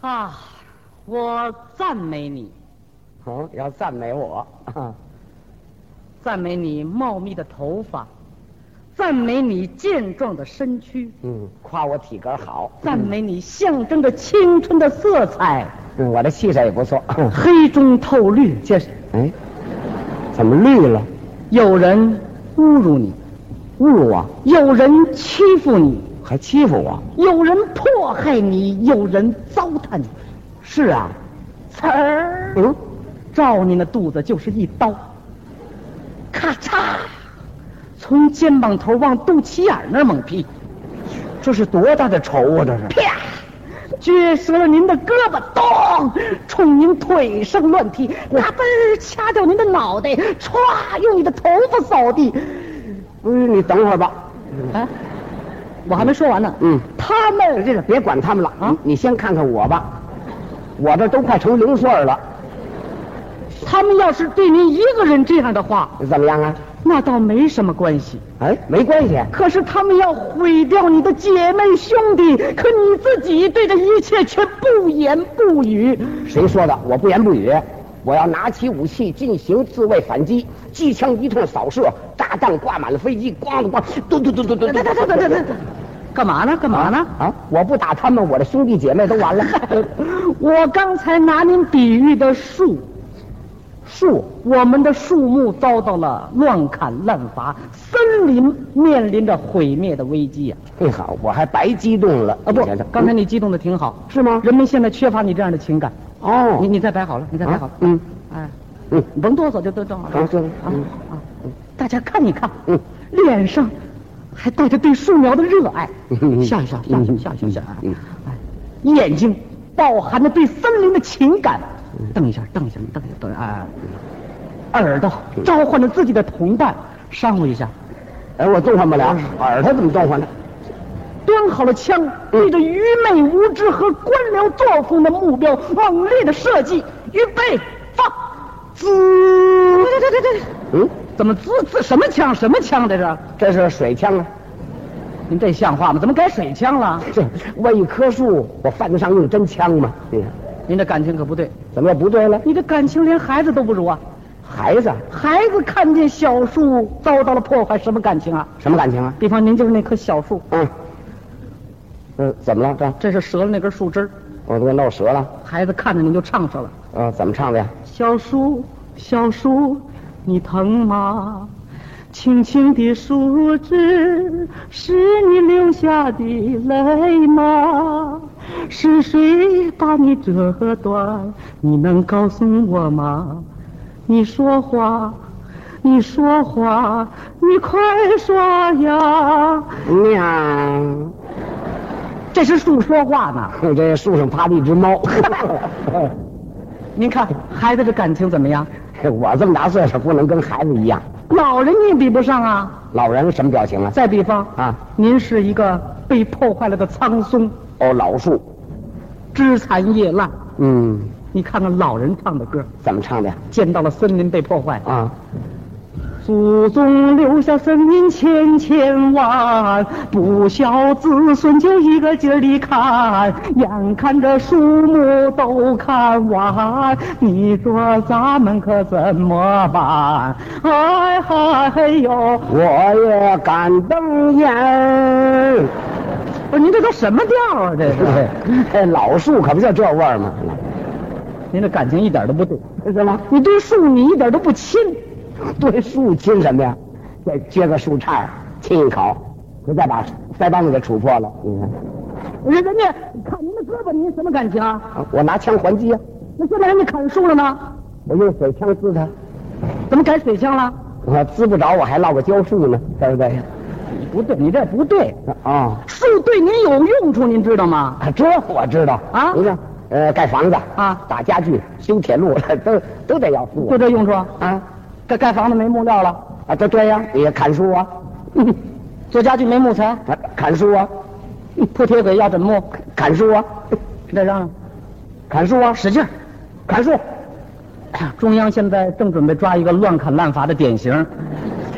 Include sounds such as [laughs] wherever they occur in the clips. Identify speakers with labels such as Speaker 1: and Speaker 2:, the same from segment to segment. Speaker 1: 啊，我赞美你，
Speaker 2: 哦，要赞美我，
Speaker 1: 赞美你茂密的头发，赞美你健壮的身躯，
Speaker 2: 嗯，夸我体格好，
Speaker 1: 赞美你象征着青春的色彩，
Speaker 2: 嗯，我这气色也不错，
Speaker 1: 黑中透绿。
Speaker 2: 这是，哎，怎么绿了？
Speaker 1: 有人侮辱你，
Speaker 2: 侮辱我，
Speaker 1: 有人欺负你，
Speaker 2: 还欺负我？
Speaker 1: 有人迫害你，有人糟蹋你。
Speaker 2: 是啊，
Speaker 1: 词儿，
Speaker 2: 嗯，
Speaker 1: 照你那肚子就是一刀，咔嚓，从肩膀头往肚脐眼儿那儿猛劈，
Speaker 2: 这是多大的仇啊！这是，
Speaker 1: 啪，撅折了您的胳膊，咚，冲您腿上乱踢，嘎嘣儿掐掉您的脑袋，歘，用你的头发扫地。
Speaker 2: 不是你等会儿吧，
Speaker 1: 啊，我还没说完呢。
Speaker 2: 嗯
Speaker 1: 他们
Speaker 2: 这个别管他们了
Speaker 1: 啊
Speaker 2: 你你先看看我吧，我这都快成零碎儿了，
Speaker 1: 他们要是对您一个人这样的话，
Speaker 2: 怎么样啊？
Speaker 1: 那倒没什么关系。
Speaker 2: 哎，没关系，
Speaker 1: 可是他们要毁掉你的姐妹兄弟，可你自己对这一切却不言不语。
Speaker 2: 谁说的？我不言不语。我要拿起武器进行自卫反击，机枪一通扫射，炸弹挂满了飞机，咣的咣，嘟嘟嘟嘟嘟
Speaker 1: 等
Speaker 2: 嘟
Speaker 1: 等等等等等，干嘛呢？干嘛呢？
Speaker 2: 啊！我不打他们，我的兄弟姐妹都完 [laughs] 了。呃
Speaker 1: 我刚才拿您比喻的树，树，我们的树木遭到了乱砍滥伐，森林面临着毁灭的危机呀、
Speaker 2: 嘿好，我还白激动了
Speaker 1: 啊！不
Speaker 2: 你瞧瞧，
Speaker 1: 刚才你激动的挺好，
Speaker 2: 是吗
Speaker 1: 人们现在缺乏你这样的情感。
Speaker 2: 哦，
Speaker 1: 你你再摆好了，你再摆
Speaker 2: 啊
Speaker 1: 好了。
Speaker 2: 嗯，
Speaker 1: 哎，
Speaker 2: 嗯
Speaker 1: 你甭哆嗦，就都正好。
Speaker 2: 好这个
Speaker 1: 啊
Speaker 2: 嗯
Speaker 1: 啊，大家看一看，
Speaker 2: 嗯，
Speaker 1: 脸上还带着对树苗的热爱，
Speaker 2: 嗯
Speaker 1: 笑一笑，笑一
Speaker 2: 嗯
Speaker 1: 笑，笑一笑，
Speaker 2: 嗯
Speaker 1: 哎，眼睛饱含着对森林的情感，
Speaker 2: 嗯
Speaker 1: 瞪一下，瞪一下，瞪一下，瞪一下，哎，耳朵召唤着自己的同伴，商量一下，
Speaker 2: 哎，我动换不了，耳朵怎么动换呢？
Speaker 1: 端好了
Speaker 2: 嗯
Speaker 1: 枪，对着愚昧无知和官僚作风的目标猛烈的射击，预备放，滋！对对对对对，
Speaker 2: 嗯，
Speaker 1: 怎么滋滋什么枪什么枪这是？
Speaker 2: 这是水枪啊！
Speaker 1: 您这像话吗？怎么改水枪了？
Speaker 2: 这为一棵树，我犯得上用真枪吗？你看，
Speaker 1: 您这感情可不对，
Speaker 2: 怎么又不对了？
Speaker 1: 你这感情连孩子都不如啊！
Speaker 2: 孩子，
Speaker 1: 孩子看见小树遭到了破坏，什么感情啊？
Speaker 2: 什么感情啊？
Speaker 1: 比方您就是那棵小树，
Speaker 2: 嗯，嗯，怎么了？这
Speaker 1: 这是折了那根树枝儿
Speaker 2: 我都给弄折了。
Speaker 1: 孩子看着您就唱上了。
Speaker 2: 嗯，怎么唱的呀？
Speaker 1: 小树，小树，你疼吗？青青的树枝是你流下的泪吗？是谁把你折断？你能告诉我吗？你说话，你说话，你快说呀！
Speaker 2: 喵，
Speaker 1: 这是树说话呢。
Speaker 2: 这树上趴着一只猫。 [laughs]
Speaker 1: 您看孩子这感情怎么样？
Speaker 2: 哎我这么大岁数，不能跟孩子一样。
Speaker 1: 老人你也比不上啊。
Speaker 2: 老人什么表情啊？
Speaker 1: 再比方
Speaker 2: 啊，
Speaker 1: 您是一个被破坏了的苍松，
Speaker 2: 哦，老树。
Speaker 1: 枝残叶烂。
Speaker 2: 嗯，
Speaker 1: 你看看老人唱的歌，
Speaker 2: 怎么唱的呀？
Speaker 1: 见到了森林被破坏，
Speaker 2: 啊，
Speaker 1: 祖宗留下森林千千万，不孝子孙就一个劲儿地砍，眼看着树木都砍完，你说咱们可怎么办？哎嗨嘿呦，
Speaker 2: 我也敢瞪 [laughs] 眼。
Speaker 1: 不是您这都什么调啊？这是，
Speaker 2: 这哎老树可不就这味儿吗？
Speaker 1: 您这感情一点都不对。
Speaker 2: 是吗？
Speaker 1: 你对树你一点都不亲，
Speaker 2: 对树亲什么呀？再撅个树杈儿亲一口，就再把腮帮子给杵破了。你
Speaker 1: 人
Speaker 2: 看，
Speaker 1: 人家砍您的胳膊，您什么感情啊？
Speaker 2: 啊我拿枪还击啊，
Speaker 1: 那现在人家砍树了呢，
Speaker 2: 我用水枪滋他，
Speaker 1: 怎么改水枪了？
Speaker 2: 我滋不着，我还落个胶树呢，对不对？
Speaker 1: 你不对，你这不对，
Speaker 2: 啊、
Speaker 1: 树对您有用处，您知道吗？
Speaker 2: 啊，这我知道
Speaker 1: 啊
Speaker 2: 你看，呃，盖房子
Speaker 1: 啊
Speaker 2: 打家具、修铁路 [laughs] 都都得要树
Speaker 1: 就这用处，
Speaker 2: 啊
Speaker 1: 盖盖房子没木料了，
Speaker 2: 啊，都这样，你砍树啊，
Speaker 1: 做家具没木材，
Speaker 2: 啊砍树啊，
Speaker 1: 铺铁轨要枕木，
Speaker 2: 砍树啊，
Speaker 1: 再让 [coughs]
Speaker 2: 砍树啊，
Speaker 1: 使劲儿。
Speaker 2: 砍树。
Speaker 1: 中央现在正准备抓一个乱砍滥伐的典型，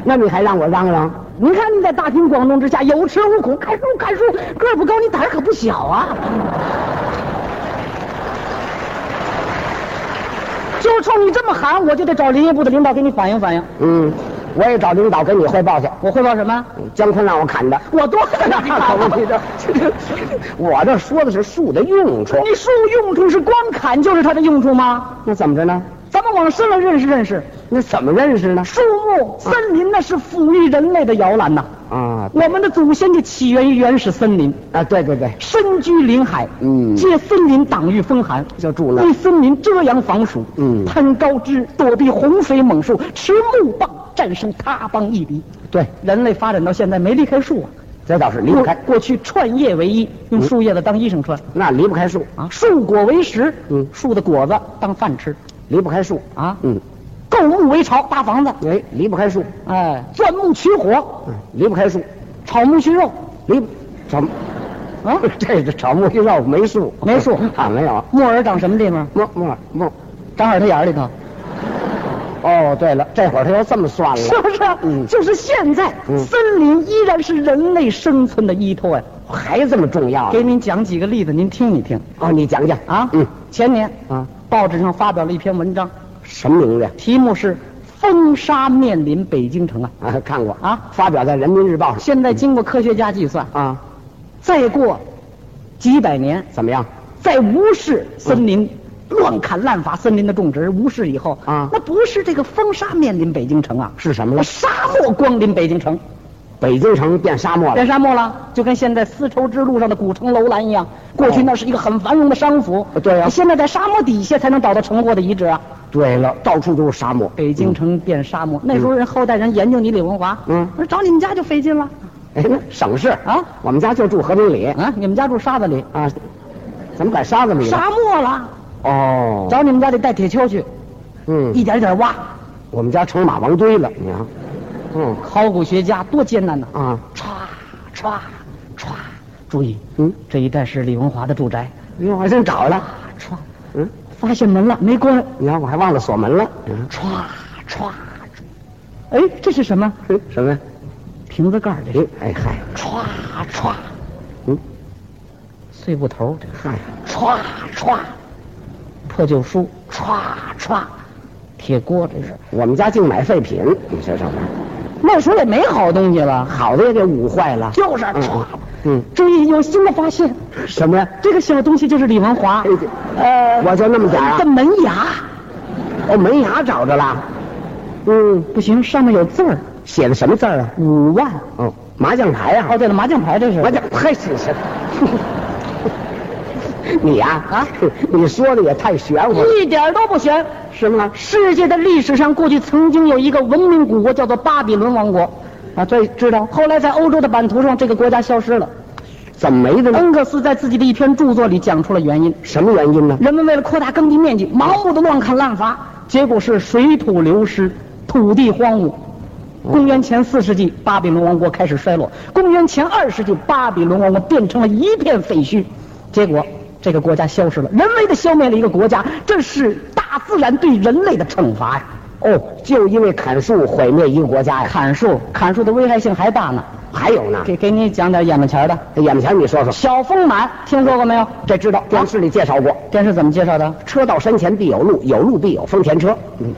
Speaker 2: 那你还让我嚷嚷？
Speaker 1: 您看您在大庭广众之下有恃无恐，砍树砍树，个儿不高，你胆儿可不小啊。就冲你这么喊，我就得找林业部的领导给你反映反映。
Speaker 2: 嗯，我也找领导跟你汇报去。
Speaker 1: 我汇报什么？
Speaker 2: 姜昆让我砍的，
Speaker 1: 我多 [laughs] 大
Speaker 2: 那可 [laughs] 不，你这这我这说的是树的用处。
Speaker 1: 那树用处是光砍就是它的用处吗？
Speaker 2: 那怎么着呢？
Speaker 1: 咱们往深了认识认识，
Speaker 2: 那怎么认识呢？
Speaker 1: 树木、森林那是抚育人类的摇篮呐、
Speaker 2: 啊
Speaker 1: 我们的祖先就起源于原始森林，
Speaker 2: 啊，对对对，
Speaker 1: 身居林海，
Speaker 2: 嗯
Speaker 1: 借森林挡御风寒，
Speaker 2: 就住那儿
Speaker 1: 为森林遮阳防暑，
Speaker 2: 嗯
Speaker 1: 攀高枝，躲避洪水猛兽，持木棒战胜他邦夷狄。
Speaker 2: 对，
Speaker 1: 人类发展到现在没离开树啊，
Speaker 2: 这倒是离不开
Speaker 1: 过，过去串叶为衣，用树叶子当衣裳穿、
Speaker 2: 那离不开树，
Speaker 1: 啊，树果为食，
Speaker 2: 嗯
Speaker 1: 树的果子当饭吃
Speaker 2: 离不开树，
Speaker 1: 啊，
Speaker 2: 嗯，
Speaker 1: 构木为巢搭房子，
Speaker 2: 哎，离不开树，
Speaker 1: 哎，钻木取火，
Speaker 2: 嗯，离不开树，
Speaker 1: 炒木须肉，
Speaker 2: 离不什么？ [laughs]
Speaker 1: 啊，
Speaker 2: 这是草木一绕没树，
Speaker 1: 没树
Speaker 2: 啊，没有。
Speaker 1: 木耳长什么地方？
Speaker 2: 木木木，
Speaker 1: 长耳朵眼儿里头。
Speaker 2: 哦，对了，这会儿他要这么算
Speaker 1: 是
Speaker 2: 了，
Speaker 1: 不是？啊
Speaker 2: 嗯
Speaker 1: 就是现在，
Speaker 2: 嗯
Speaker 1: 森林依然是人类生存的依托呀、
Speaker 2: 还这么重要啊
Speaker 1: 给？您讲几个例子，您听一听
Speaker 2: 哦，你讲讲
Speaker 1: 啊。
Speaker 2: 嗯
Speaker 1: 前年
Speaker 2: 啊，
Speaker 1: 报纸上发表了一篇文章，
Speaker 2: 什么名字呀？
Speaker 1: 题目是“风沙面临北京城”啊。
Speaker 2: 啊，看过
Speaker 1: 啊
Speaker 2: 发表在《人民日报》上
Speaker 1: 现在经过科学家计算，
Speaker 2: 啊，
Speaker 1: 再过几百年，
Speaker 2: 怎么样？
Speaker 1: 在无视森林。乱砍滥伐森林的种植，无视以后
Speaker 2: 啊
Speaker 1: 那不是这个风沙面临北京城啊，
Speaker 2: 是什么
Speaker 1: 那
Speaker 2: 了？啊
Speaker 1: 沙漠光临北京城。
Speaker 2: 北京城变沙漠
Speaker 1: 变
Speaker 2: 了。
Speaker 1: 沙漠了，就跟现在丝绸之路上的古城楼兰一样。过去那是一个很繁荣的商府，
Speaker 2: 呃哦对呀
Speaker 1: 现在在沙漠底下才能找到城郭的遗址啊。
Speaker 2: 对了，到处都是沙漠。
Speaker 1: 北京城变沙漠，那时候人后代人研究你李文华，
Speaker 2: 嗯
Speaker 1: 我说找你们家就费劲了
Speaker 2: 哎，那省市
Speaker 1: 啊
Speaker 2: 我们家就住和平里
Speaker 1: 啊！你们家住沙子里，
Speaker 2: 啊，怎么改沙子里了？
Speaker 1: 沙漠了，
Speaker 2: 哦，
Speaker 1: 找你们家得带铁锹去，
Speaker 2: 嗯，
Speaker 1: 一点一点挖。
Speaker 2: 我们家成马王堆了，你看，嗯
Speaker 1: 考古学家多艰难呐，
Speaker 2: 啊，
Speaker 1: 歘歘歘，注意，
Speaker 2: 嗯，
Speaker 1: 这一带是李文华的住宅，
Speaker 2: 哟，我还真找了，
Speaker 1: 歘，
Speaker 2: 嗯，
Speaker 1: 发现门了，没关，
Speaker 2: 你看我还忘了锁门了，嗯你看
Speaker 1: 歘歘，哎，这是什么？
Speaker 2: 嘿什么呀？
Speaker 1: 瓶子盖儿这是
Speaker 2: 哎哎嗨，
Speaker 1: 歘歘
Speaker 2: 嗯
Speaker 1: 碎布头，这个
Speaker 2: 嗨，
Speaker 1: 歘歘破旧书，歘歘铁锅，这是
Speaker 2: 我们家净买废品，你说什么？
Speaker 1: 那时候也没好东西了，
Speaker 2: 好的也给捂坏了。
Speaker 1: 就是歘
Speaker 2: 嗯。嗯，
Speaker 1: 注意，有新的发现，
Speaker 2: 什么呀？
Speaker 1: 这个小东西就是李文华
Speaker 2: 哎，这
Speaker 1: 呃，
Speaker 2: 我就那么点儿
Speaker 1: 的
Speaker 2: 啊，
Speaker 1: 门牙，
Speaker 2: 哦，门牙找着了。嗯，
Speaker 1: 不行，上面有字儿，
Speaker 2: 写的什么字儿啊？
Speaker 1: 五万。
Speaker 2: 哦，麻将牌啊
Speaker 1: 哦，。对了，麻将牌这是
Speaker 2: 我。这嘿是是，你呀
Speaker 1: 啊，
Speaker 2: [laughs] 你说的也太玄乎了，
Speaker 1: 一点儿都不悬。
Speaker 2: 什么呢？
Speaker 1: 世界的历史上，过去曾经有一个文明古国，叫做巴比伦王国。
Speaker 2: 啊，对，知道，
Speaker 1: 后来在欧洲的版图上，这个国家消失了。
Speaker 2: 怎么没的呢？
Speaker 1: 恩格斯在自己的一篇著作里讲出了原因：
Speaker 2: 什么原因呢？
Speaker 1: 人们为了扩大耕地面积，盲目的乱砍滥伐，结果是水土流失，土地荒芜。公元前四世纪，巴比伦王国开始衰落；公元前二世纪，巴比伦王国变成了一片废墟。结果，这个国家消失了，人为的消灭了一个国家，这是大自然对人类的惩罚呀！
Speaker 2: 哦，就因为砍树毁灭一个国家呀。
Speaker 1: 砍树，砍树的危害性还大呢。
Speaker 2: 还有呢，
Speaker 1: 给给你讲点眼巴前儿的，
Speaker 2: 眼巴前你说说，
Speaker 1: 小丰满听说过没有？
Speaker 2: 这知道电视里介绍过，
Speaker 1: 电视怎么介绍的？
Speaker 2: 车到山前必有路，有路必有丰田车。嗯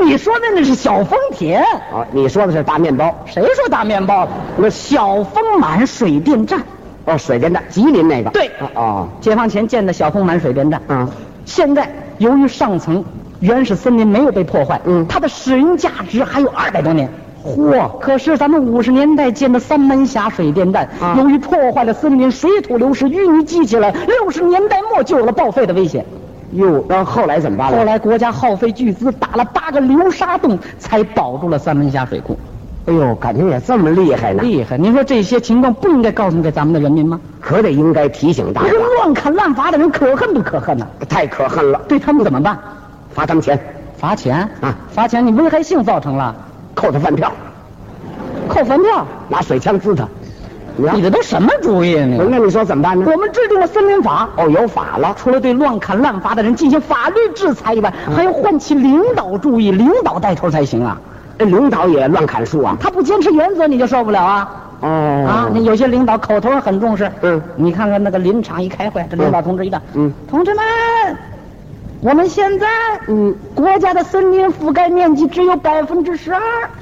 Speaker 1: 你说的那是小丰田，
Speaker 2: 啊，你说的是大面包，
Speaker 1: 谁说大面包了？那小丰满水电站，
Speaker 2: 哦，水电站，吉林那个。
Speaker 1: 对
Speaker 2: 啊哦，
Speaker 1: 解放前建的小丰满水电站。
Speaker 2: 嗯，
Speaker 1: 现在由于上层原始森林没有被破坏，
Speaker 2: 嗯
Speaker 1: 它的使用价值还有二百多年。嚯！可是咱们五十年代建的三门峡水电站，
Speaker 2: 啊
Speaker 1: 由于破坏了森林，水土流失，淤泥积起来，六十年代末就有了报废的危险。
Speaker 2: 哟，那后来怎么办
Speaker 1: 后
Speaker 2: 了？
Speaker 1: 来国家耗费巨资打了八个流沙洞，才保住了三门峡水库。
Speaker 2: 哎呦，感情也这么厉害呢，
Speaker 1: 厉害！您说这些情况不应该告诉给咱们的人民吗？
Speaker 2: 可得应该提醒大
Speaker 1: 人
Speaker 2: 家，
Speaker 1: 乱砍滥伐的人可恨不可恨呐、
Speaker 2: 太可恨了，
Speaker 1: 对他们怎么办？
Speaker 2: 罚他们钱，
Speaker 1: 罚钱
Speaker 2: 啊
Speaker 1: 罚钱！你危害性造成了，
Speaker 2: 扣他饭票。
Speaker 1: 扣饭票，
Speaker 2: 拿水枪滋他。你看
Speaker 1: 你，这都什么主意啊你？
Speaker 2: 那你说怎么办呢？
Speaker 1: 我们制定了森林法，
Speaker 2: 哦，有法了，
Speaker 1: 除了对乱砍滥伐的人进行法律制裁以外，还要唤起领导注意，领导带头才行啊！
Speaker 2: 这哎领导也乱砍树啊。
Speaker 1: 他不坚持原则，你就受不了啊！
Speaker 2: 哦，
Speaker 1: 啊，那有些领导口头上很重视，
Speaker 2: 嗯
Speaker 1: 你看看那个林场一开会，这领导同志一到，
Speaker 2: 嗯，
Speaker 1: 同志们，
Speaker 3: 我们现在，
Speaker 2: 嗯，
Speaker 3: 国家的森林覆盖面积只有百分之十二，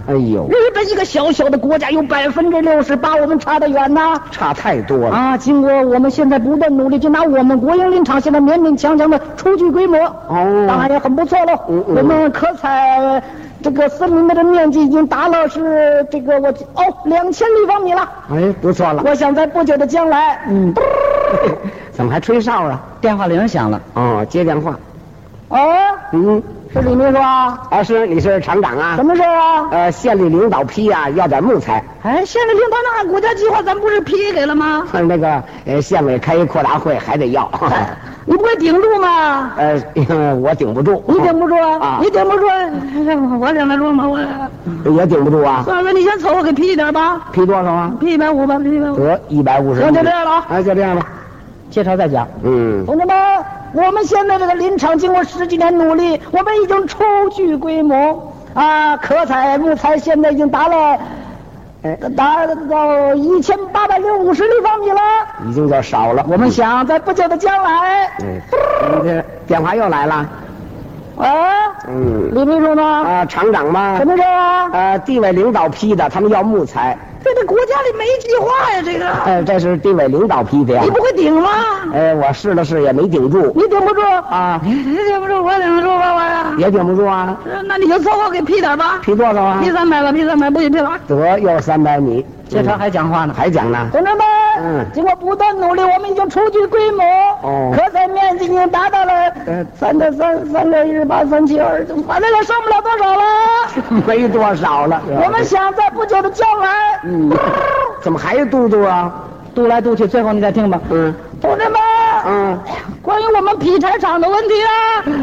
Speaker 2: 哎呦，
Speaker 3: 日本一个小小的国家有百分之六十，把我们差得远呐。
Speaker 2: 差太多了。
Speaker 3: 啊，经过我们现在不断努力，就拿我们国营林场现在勉勉强强的初具规模，
Speaker 2: 哦
Speaker 1: 啊
Speaker 3: 当然也很不错喽。
Speaker 2: 嗯嗯
Speaker 3: 我们可采这个森林的这面积已经达到是这个我哦两千立方米了。
Speaker 2: 哎，不错了。
Speaker 3: 我想在不久的将来，嗯，
Speaker 2: 怎么还吹哨啊？
Speaker 1: 电话铃响了，
Speaker 2: 哦，接电话。
Speaker 3: 哦，
Speaker 2: 嗯，
Speaker 3: 是李秘书啊？
Speaker 2: 老师，你是厂长啊
Speaker 3: 什？么事儿啊？
Speaker 2: 呃，县里领导批啊，要点木材。 [laughs]
Speaker 3: 哎，县里领导那国家计划咱不是批给了吗？
Speaker 2: 那个呃，县委开一扩大会还得要。 [laughs]
Speaker 3: 你不会顶住吗？
Speaker 2: 呃，我顶不住。
Speaker 3: 你顶不住
Speaker 2: 啊
Speaker 3: 你顶不住，哎我顶得住吗？我。
Speaker 2: 住？ [laughs] 也顶不住啊？
Speaker 3: 算了，你先凑合给批一点吧，
Speaker 2: 批多少啊？
Speaker 3: 批一百五吧，批一百五。
Speaker 2: 得一百五十。
Speaker 3: 行就这样了啊
Speaker 2: 哎，就这样吧。
Speaker 1: 介绍再讲。
Speaker 2: 嗯，
Speaker 3: 同志们，我们现在这个林场经过十几年努力，我们已经初具规模啊，可采木材现在已经达了，呃，达到一千八百零五十立方米了。
Speaker 2: 已经就少了。
Speaker 3: 我们想在不久的将来，
Speaker 2: 嗯，嗯，这电话又来了。
Speaker 3: 啊，
Speaker 2: 嗯，
Speaker 3: 李秘书呢？
Speaker 2: 啊，厂长吗
Speaker 3: 什？么事儿啊？
Speaker 2: 呃，地委领导批的，他们要木材。
Speaker 3: 这这国家里没计划呀，这个
Speaker 2: 呃，这是地委领导批的呀
Speaker 3: 你。不会顶吗？
Speaker 2: 哎，我试了试也没顶住
Speaker 3: 你顶不住，
Speaker 2: 啊，
Speaker 3: 你顶不住，我顶得住吧，我呀。
Speaker 2: 也顶不住啊。
Speaker 3: 那你就凑合给批点吧。
Speaker 2: 批多少啊
Speaker 3: 批？三百吧，批三百，不许批了。
Speaker 2: 得又三百米。
Speaker 1: 介绍
Speaker 2: 嗯
Speaker 1: 还讲话呢，
Speaker 2: 还
Speaker 1: [laughs]
Speaker 2: 讲呢？
Speaker 3: 同志们，
Speaker 2: 嗯
Speaker 3: 经过不断努力，我们已经初具规模，
Speaker 2: 哦
Speaker 3: 可采面积已经达到了
Speaker 2: 呃
Speaker 3: 三点三三点一十八三七二，反正也剩不了多少了。
Speaker 2: 没多少了。
Speaker 3: 我们想在不久的将来，
Speaker 2: 啊嗯，怎么还嘟嘟啊？
Speaker 1: 嘟来嘟去，最后你再听吧。
Speaker 2: 嗯
Speaker 3: 同志们，
Speaker 2: 嗯，
Speaker 3: 关于我们劈柴厂的问题啊，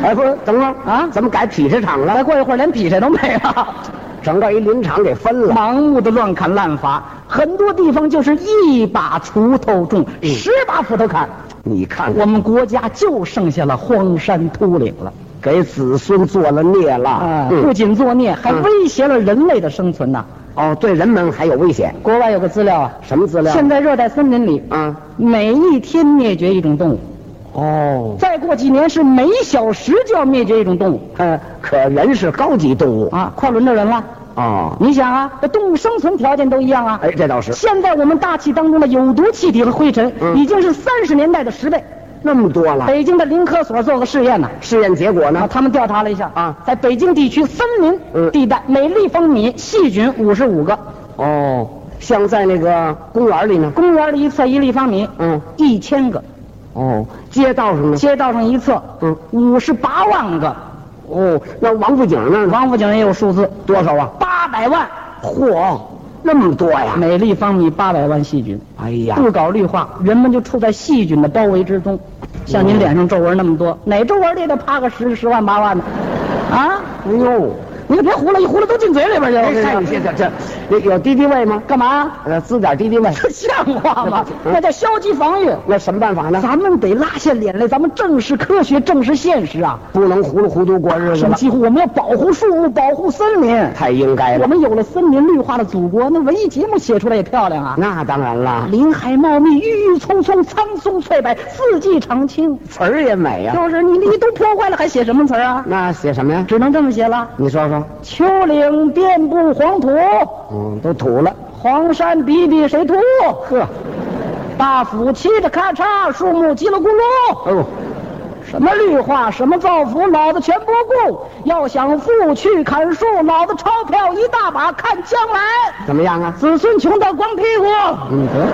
Speaker 2: 哎，不是，等会儿
Speaker 1: 啊
Speaker 2: 怎么改劈柴厂
Speaker 1: 来
Speaker 2: 了？
Speaker 1: 过一会儿，连劈柴都没了，
Speaker 2: 整个一林场给分了。
Speaker 1: 盲目的乱砍滥伐，很多地方就是一把锄头重，
Speaker 2: 嗯
Speaker 1: 十把斧头砍。
Speaker 2: 你看
Speaker 1: 我
Speaker 2: 看，
Speaker 1: 们国家就剩下了荒山秃岭了
Speaker 2: 给子孙做了孽了。
Speaker 1: 啊！
Speaker 2: 嗯
Speaker 1: 不仅作孽，还
Speaker 2: 嗯
Speaker 1: 威胁了人类的生存呐。
Speaker 2: 哦，对人们还有危险。
Speaker 1: 国外有个资料啊，
Speaker 2: 什么资料？
Speaker 1: 现在热带森林里，
Speaker 2: 啊，
Speaker 1: 每一天灭绝一种动物，
Speaker 2: 哦，
Speaker 1: 再过几年是每小时就要灭绝一种动物
Speaker 2: 呃，可人是高级动物。
Speaker 1: 啊，快轮着人了。
Speaker 2: 哦，
Speaker 1: 你想啊，这动物生存条件都一样啊。
Speaker 2: 哎，这倒是
Speaker 1: 现在我们大气当中的有毒气体和灰尘，
Speaker 2: 嗯啊
Speaker 1: 已经是三十年代的十倍。
Speaker 2: 那么多了。
Speaker 1: 北京的林科所做个试验呢、
Speaker 2: 试验结果
Speaker 1: 啊，
Speaker 2: 呢？
Speaker 1: 他们调查了一下
Speaker 2: 啊
Speaker 1: 在北京地区森林
Speaker 2: 嗯
Speaker 1: 地带，每立方米细菌五十五个，
Speaker 2: 哦，像在那个公园里呢。
Speaker 1: 公园里一侧一立方米，
Speaker 2: 嗯，
Speaker 1: 一千个，
Speaker 2: 哦，街道上呢？
Speaker 1: 街道上一侧，
Speaker 2: 嗯
Speaker 1: 五十八万个，
Speaker 2: 哦，那王府井那儿呢？
Speaker 1: 王府井也有数字，
Speaker 2: 多少啊？
Speaker 1: 八百万，
Speaker 2: 嚯，那么多呀！
Speaker 1: 每立方米八百万细菌。
Speaker 2: 哎呀，
Speaker 1: 不搞绿化，人们就处在细菌的包围之中。像您脸上皱纹那么多，哪皱纹也得趴个十十万八万的，啊！
Speaker 2: 哎呦，
Speaker 1: 你可别胡了，一胡了都进嘴里边去了。
Speaker 2: 哎，看你现在这有有敌敌畏吗？
Speaker 1: 干嘛？
Speaker 2: 呃，滋点敌敌畏，
Speaker 1: 这像话吗？
Speaker 2: 嗯
Speaker 1: 那叫消极防御。
Speaker 2: 那什么办法呢？
Speaker 1: 咱们得拉下脸来，咱们正视科学，正视现实啊！
Speaker 2: 不能糊里糊涂过日子
Speaker 1: 什么
Speaker 2: 了，
Speaker 1: 几乎我们要保护树木，保护森林。
Speaker 2: 太应该
Speaker 1: 哎我
Speaker 2: 了。
Speaker 1: 们有了森林绿化的祖国，那文艺节目写出来也漂亮啊！
Speaker 2: 那当然了，
Speaker 1: 林海茂密，郁郁葱葱，苍松翠柏，四季常青。
Speaker 2: 词儿也美呀。
Speaker 1: 就是你，你都破坏了，还写什么词儿啊？
Speaker 2: 那写什么呀？
Speaker 1: 只能这么写了。
Speaker 2: 你说说。
Speaker 1: 丘陵遍布黄土，
Speaker 2: 嗯，都土了。
Speaker 1: 黄山比比谁秃？
Speaker 2: 呵，
Speaker 1: 大斧劈着咔嚓，树木叽里咕噜。
Speaker 2: 哦，
Speaker 1: 什么绿化，什么造福，老子全不顾。要想富去砍树，老子钞票一大把，看将来。
Speaker 2: 怎么样啊？
Speaker 1: 子孙穷到光屁股
Speaker 2: 嗯，得，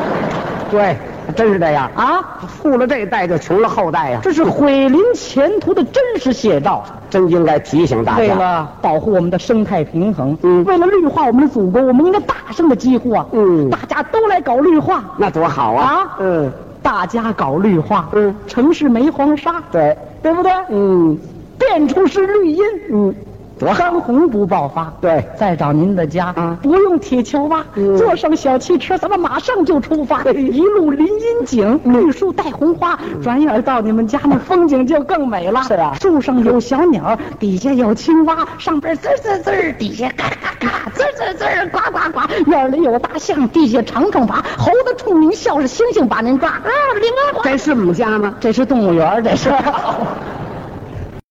Speaker 2: 对，真是这样。
Speaker 1: 啊！
Speaker 2: 富了这代就穷了后代啊呀、
Speaker 1: 这是毁林前途的真实写照。
Speaker 2: 真应该提醒大
Speaker 1: 为
Speaker 2: 家。
Speaker 1: 了保护我们的生态平衡，
Speaker 2: 嗯
Speaker 1: 为了绿化我们的祖国，我们应该大声的疾呼啊！
Speaker 2: 嗯
Speaker 1: 大家都来搞绿化
Speaker 2: 那多好啊！
Speaker 1: 啊！
Speaker 2: 嗯，
Speaker 1: 大家搞绿化，
Speaker 2: 嗯，
Speaker 1: 城市没黄沙，
Speaker 2: 对，
Speaker 1: 对不对？
Speaker 2: 嗯，
Speaker 1: 遍处是绿荫，嗯，
Speaker 2: 多好。
Speaker 1: 当红不爆发。
Speaker 2: 对，
Speaker 1: 再找您的家，
Speaker 2: 啊
Speaker 1: 不用铁锹挖，
Speaker 2: 嗯
Speaker 1: 坐上小汽车，咱们马上就出发，一路林荫景，
Speaker 2: 嗯
Speaker 1: 绿树带红花，转眼到你们家，那风景就更美了。
Speaker 2: 是啊
Speaker 1: 树上有小鸟，底下有青蛙，上边滋儿滋儿滋儿，底下嘎嘎嘎，滋儿滋儿滋儿，呱呱呱。院里有大象，地下长虫爬，猴子冲您笑，是猩猩把您抓。啊，灵啊！
Speaker 2: 这是我们家吗？
Speaker 1: [laughs] 这是动物园儿，这是。